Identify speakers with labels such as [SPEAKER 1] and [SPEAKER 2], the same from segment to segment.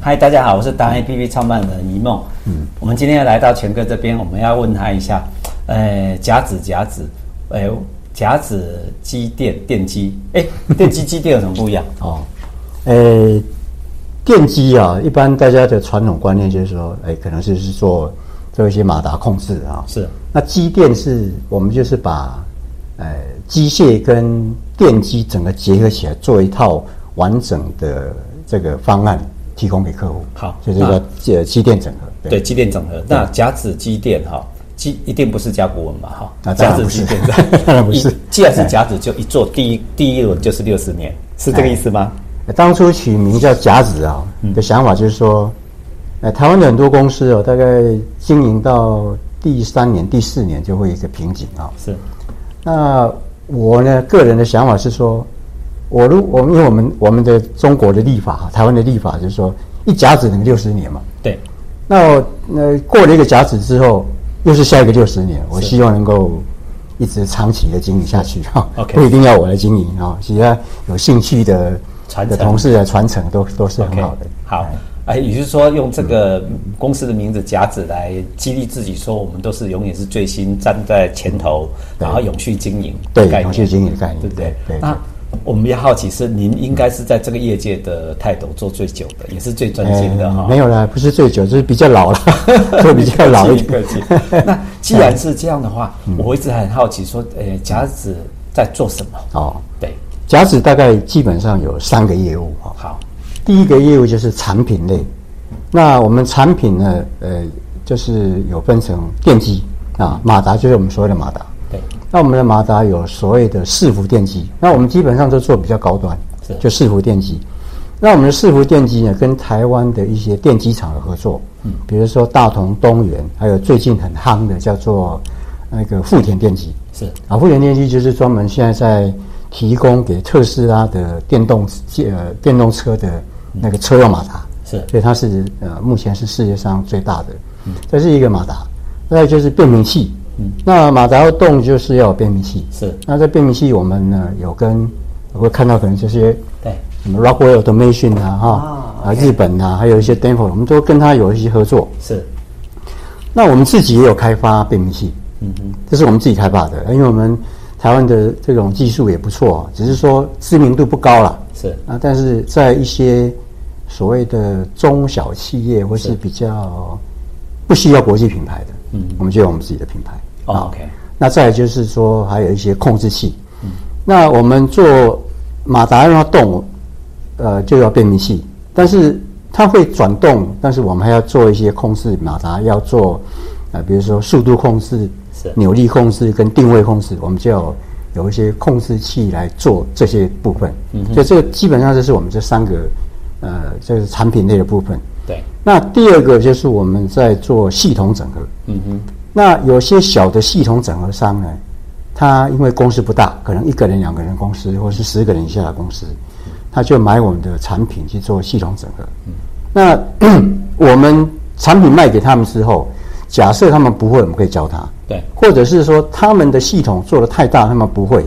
[SPEAKER 1] 嗨，大家好，我是达人 APP 创办人一梦。嗯，我们今天来到全哥这边，我们要问他一下，呃，甲子甲子，哎、甲子机电电机， 哎、电机机电有什么不一样？
[SPEAKER 2] 哦，呃，电机啊，一般大家的传统观念就是说，哎，可能是是做做一些马达控制啊。
[SPEAKER 1] 是。
[SPEAKER 2] 那机电是我们就是把呃机械跟电机整个结合起来，做一套完整的这个方案提供给客户。
[SPEAKER 1] 好
[SPEAKER 2] 所以这叫呃机电整合。
[SPEAKER 1] 对，机电整合。那甲子机电哈，机一定不是甲骨文吧？哈，
[SPEAKER 2] 啊当
[SPEAKER 1] 甲
[SPEAKER 2] 然
[SPEAKER 1] 子
[SPEAKER 2] 不是
[SPEAKER 1] 机电
[SPEAKER 2] 当然不是
[SPEAKER 1] 一既然是甲子，就一做第一第一轮就是六十年，是这个意思吗？
[SPEAKER 2] 当初取名叫甲子啊的想法就是说，呃，台湾的很多公司哦，大概经营到第三年、第四年就会有一个瓶颈啊。
[SPEAKER 1] 是，
[SPEAKER 2] 那我呢，个人的想法是说，我如我们因为我们我们的中国的立法，台湾的立法就是说，一甲子等于六十年嘛。
[SPEAKER 1] 对，
[SPEAKER 2] 那我那过了一个甲子之后，又是下一个六十年，我希望能够一直长期的经营下去哈，
[SPEAKER 1] OK
[SPEAKER 2] 不一定要我来经营啊，其他有兴趣的
[SPEAKER 1] 传承
[SPEAKER 2] 的同事的传承都都是很好的。
[SPEAKER 1] 好，哎，也就是说用这个公司的名字甲子来激励自己，说我们都是永远是最新，站在前头，
[SPEAKER 2] 对
[SPEAKER 1] 然后永续经营的
[SPEAKER 2] 对
[SPEAKER 1] 概念，
[SPEAKER 2] 永续经营的概念
[SPEAKER 1] 对不对
[SPEAKER 2] 对？对
[SPEAKER 1] 那我们也好奇是您应该是在这个业界的泰斗做最久的，也是最专精的哈。
[SPEAKER 2] 哎没有啦，不是最久，就是比 较老了，就比较老一
[SPEAKER 1] 客
[SPEAKER 2] 点。嗯
[SPEAKER 1] 气客 气那既然是这样的话，我一直很好奇说，呃，甲子在做什么？
[SPEAKER 2] 哦，
[SPEAKER 1] 对，
[SPEAKER 2] 甲子大概基本上有三个业务哦哈、
[SPEAKER 1] 好，
[SPEAKER 2] 第一个业务就是产品类，那我们产品呢，呃，就是有分成电机啊，马达就是我们所谓的马达。
[SPEAKER 1] 对，
[SPEAKER 2] 那我们的马达有所谓的伺服电机，那我们基本上都做比较高端
[SPEAKER 1] 是，
[SPEAKER 2] 就伺服电机。那我们的伺服电机呢，跟台湾的一些电机厂有合作，嗯，比如说大同、东元，还有最近很夯的叫做呃那个富田电机，
[SPEAKER 1] 是
[SPEAKER 2] 啊，富源电机就是专门现在在提供给特斯拉的电动呃电动车的那个车用马达，
[SPEAKER 1] 是嗯
[SPEAKER 2] 所以它是呃目前是世界上最大的，这是一个马达，再就是变频器，嗯，那马达要动就是要有变频器，
[SPEAKER 1] 是
[SPEAKER 2] 那这变频器我们呢有跟我会看到可能这些
[SPEAKER 1] 对，
[SPEAKER 2] 什么 Rockwell Automation 啊哈
[SPEAKER 1] 啊
[SPEAKER 2] 啊日本啊，还有一些 d e n f o 我们都跟它有一些合作，
[SPEAKER 1] 是
[SPEAKER 2] 那我们自己也有开发变频器，嗯这是我们自己开发的，因为我们台湾的这种技术也不错啊，只是说知名度不高啦。
[SPEAKER 1] 是
[SPEAKER 2] 啊，但是在一些所谓的中小企业或是比较不需要国际品牌的，嗯，我们就有我们自己的品牌。
[SPEAKER 1] 哦
[SPEAKER 2] 啊
[SPEAKER 1] OK
[SPEAKER 2] 那再来就是说，还有一些控制器。那我们做马达让它动，呃，就要变频器，但是它会转动，但是我们还要做一些控制马达，要做呃，比如说速度控制
[SPEAKER 1] 是、
[SPEAKER 2] 扭力控制跟定位控制，我们就要有一些控制器来做这些部分。嗯，所以这个基本上就是我们这三个呃，就是产品类的部分。
[SPEAKER 1] 对，
[SPEAKER 2] 那第二个就是我们在做系统整合。
[SPEAKER 1] 嗯哼，
[SPEAKER 2] 那有些小的系统整合商呢，他因为公司不大，可能一个人、两个人公司，或是十个人以下的公司，他就买我们的产品去做系统整合。那我们产品卖给他们之后，假设他们不会，我们可以教他；
[SPEAKER 1] 对，
[SPEAKER 2] 或者是说他们的系统做的太大，他们不会，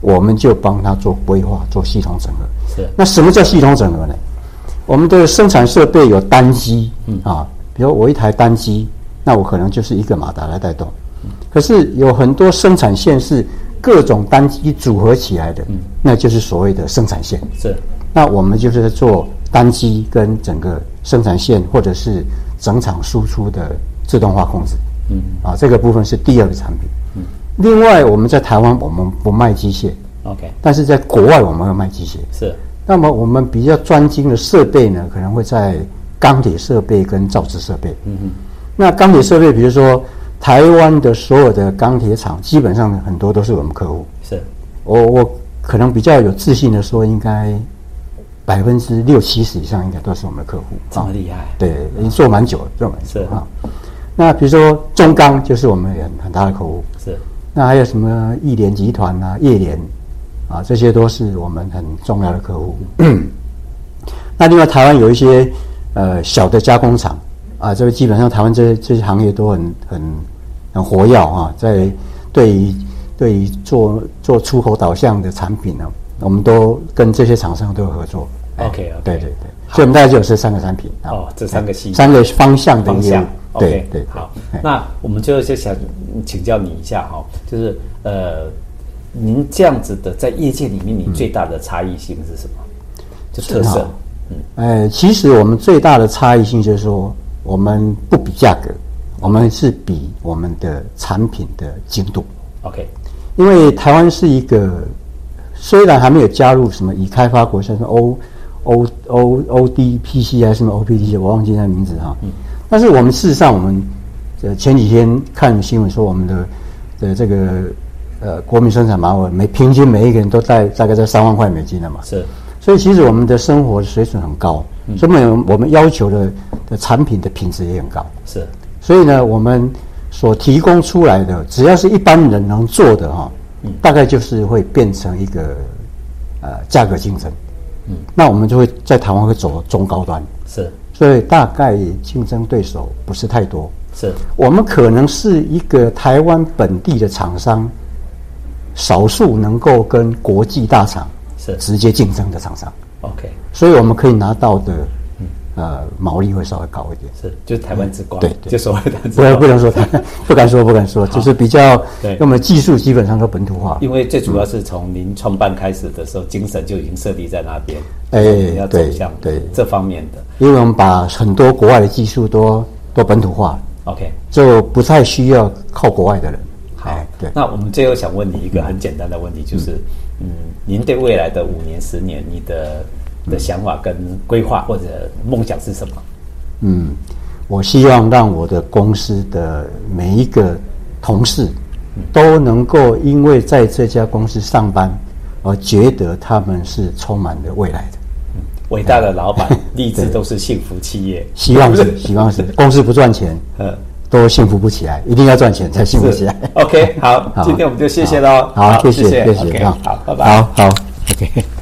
[SPEAKER 2] 我们就帮他做规划、做系统整合。
[SPEAKER 1] 是
[SPEAKER 2] 那什么叫系统整合呢？我们的生产设备有单机，啊，比如我一台单机，那我可能就是一个马达来带动。可是有很多生产线是各种单机组合起来的，那就是所谓的生产线。
[SPEAKER 1] 是
[SPEAKER 2] 那我们就是在做单机跟整个生产线或者是整场输出的自动化控制。嗯，啊，这个部分是第二个产品。嗯，另外我们在台湾我们不卖机械，
[SPEAKER 1] OK，
[SPEAKER 2] 但是在国外我们要卖机械。
[SPEAKER 1] 是
[SPEAKER 2] 那么我们比较专精的设备呢，可能会在钢铁设备跟造纸设备。嗯嗯。那钢铁设备，比如说台湾的所有的钢铁厂，基本上很多都是我们客户。
[SPEAKER 1] 是
[SPEAKER 2] 我我可能比较有自信的说，应该百分之六七十以上应该都是我们的客户。
[SPEAKER 1] 这么
[SPEAKER 2] 啊
[SPEAKER 1] 厉害，
[SPEAKER 2] 对，已经做蛮久了，做蛮久
[SPEAKER 1] 是
[SPEAKER 2] 了啊。那比如说中钢就是我们也很很大的客户。
[SPEAKER 1] 是
[SPEAKER 2] 那还有什么亿联集团啊、业联啊，这些都是我们很重要的 客户。那另外台湾有一些呃小的加工厂啊，这个基本上台湾这这些行业都很很很活跃啊，在对于对于做做出口导向的产品呢、我们都跟这些厂商都有合作。哎
[SPEAKER 1] OK，OK
[SPEAKER 2] 对对对，所以我们大概就有这三个产品啊
[SPEAKER 1] 哦这三个系
[SPEAKER 2] 哎三个方向的
[SPEAKER 1] 方
[SPEAKER 2] 业务
[SPEAKER 1] 向。。
[SPEAKER 2] 对
[SPEAKER 1] OK，
[SPEAKER 2] 对，对
[SPEAKER 1] 好
[SPEAKER 2] 哎，
[SPEAKER 1] 那我们就就想请教你一下哈、就是呃，您这样子的在业界里面，你最大的差异性是什么？
[SPEAKER 2] 嗯
[SPEAKER 1] 就特色
[SPEAKER 2] 好呃，其实我们最大的差异性就是说，我们不比价格，我们是比我们的产品的精度。
[SPEAKER 1] ？OK，
[SPEAKER 2] 因为台湾是一个虽然还没有加入什么已开发国，像是 O O O O D P C 还是什么 O P D，我忘记那名字哈。但是我们事实上，我们呃前几天看新闻说，我们的的这个呃国民生产马尾每平均每一个人都在大概在三万块美金了嘛。
[SPEAKER 1] 是
[SPEAKER 2] 所以其实我们的生活水准很高，所以我们我们要求的的产品的品质也很高。
[SPEAKER 1] 是
[SPEAKER 2] 所以呢，我们所提供出来的，只要是一般人能做的哈、大概就是会变成一个呃价格竞争。嗯，那我们就会在台湾会走中高端，
[SPEAKER 1] 是
[SPEAKER 2] 所以大概竞争对手不是太多。
[SPEAKER 1] 是
[SPEAKER 2] 我们可能是一个台湾本地的厂商，少数能够跟国际大厂
[SPEAKER 1] 是
[SPEAKER 2] 直接竞争的厂商，
[SPEAKER 1] OK，
[SPEAKER 2] 所以我们可以拿到的呃毛利会稍微高一点。
[SPEAKER 1] 是就是台湾之光，
[SPEAKER 2] 嗯对对
[SPEAKER 1] 就所谓的台湾之
[SPEAKER 2] 不
[SPEAKER 1] 光
[SPEAKER 2] 不能说他 不敢说不敢说，就是比较
[SPEAKER 1] 对
[SPEAKER 2] 那么技术基本上都本土化。
[SPEAKER 1] 因为最主要是从您创办开始的时候，精神就已经设立在那边，
[SPEAKER 2] 哎
[SPEAKER 1] 你要走
[SPEAKER 2] 对
[SPEAKER 1] 向
[SPEAKER 2] 对
[SPEAKER 1] 这方面的。
[SPEAKER 2] 因为我们把很多国外的技术都都本土化，
[SPEAKER 1] OK，
[SPEAKER 2] 就不太需要靠国外的人。
[SPEAKER 1] 好
[SPEAKER 2] 哎，对，
[SPEAKER 1] 那我们最后想问你一个很简单的问题，就是，嗯，您对未来的五年、十年，你的呃的想法跟规划或者梦想是什么？
[SPEAKER 2] 嗯，我希望让我的公司的每一个同事
[SPEAKER 1] 嗯
[SPEAKER 2] 都能够因为在这家公司上班而觉得他们是充满了未来的。
[SPEAKER 1] 伟大的老板立志都是幸福企业，
[SPEAKER 2] 希 望是，希望是，公司不赚钱
[SPEAKER 1] 嗯，
[SPEAKER 2] 都幸福不起来，一定要赚钱才幸 福起来。
[SPEAKER 1] 哦 OK，好，
[SPEAKER 2] 好
[SPEAKER 1] 今天我们就谢谢喽，
[SPEAKER 2] 好，谢
[SPEAKER 1] 谢
[SPEAKER 2] 谢，谢谢
[SPEAKER 1] OK，
[SPEAKER 2] 啊
[SPEAKER 1] 好，拜拜。
[SPEAKER 2] 好好，OK。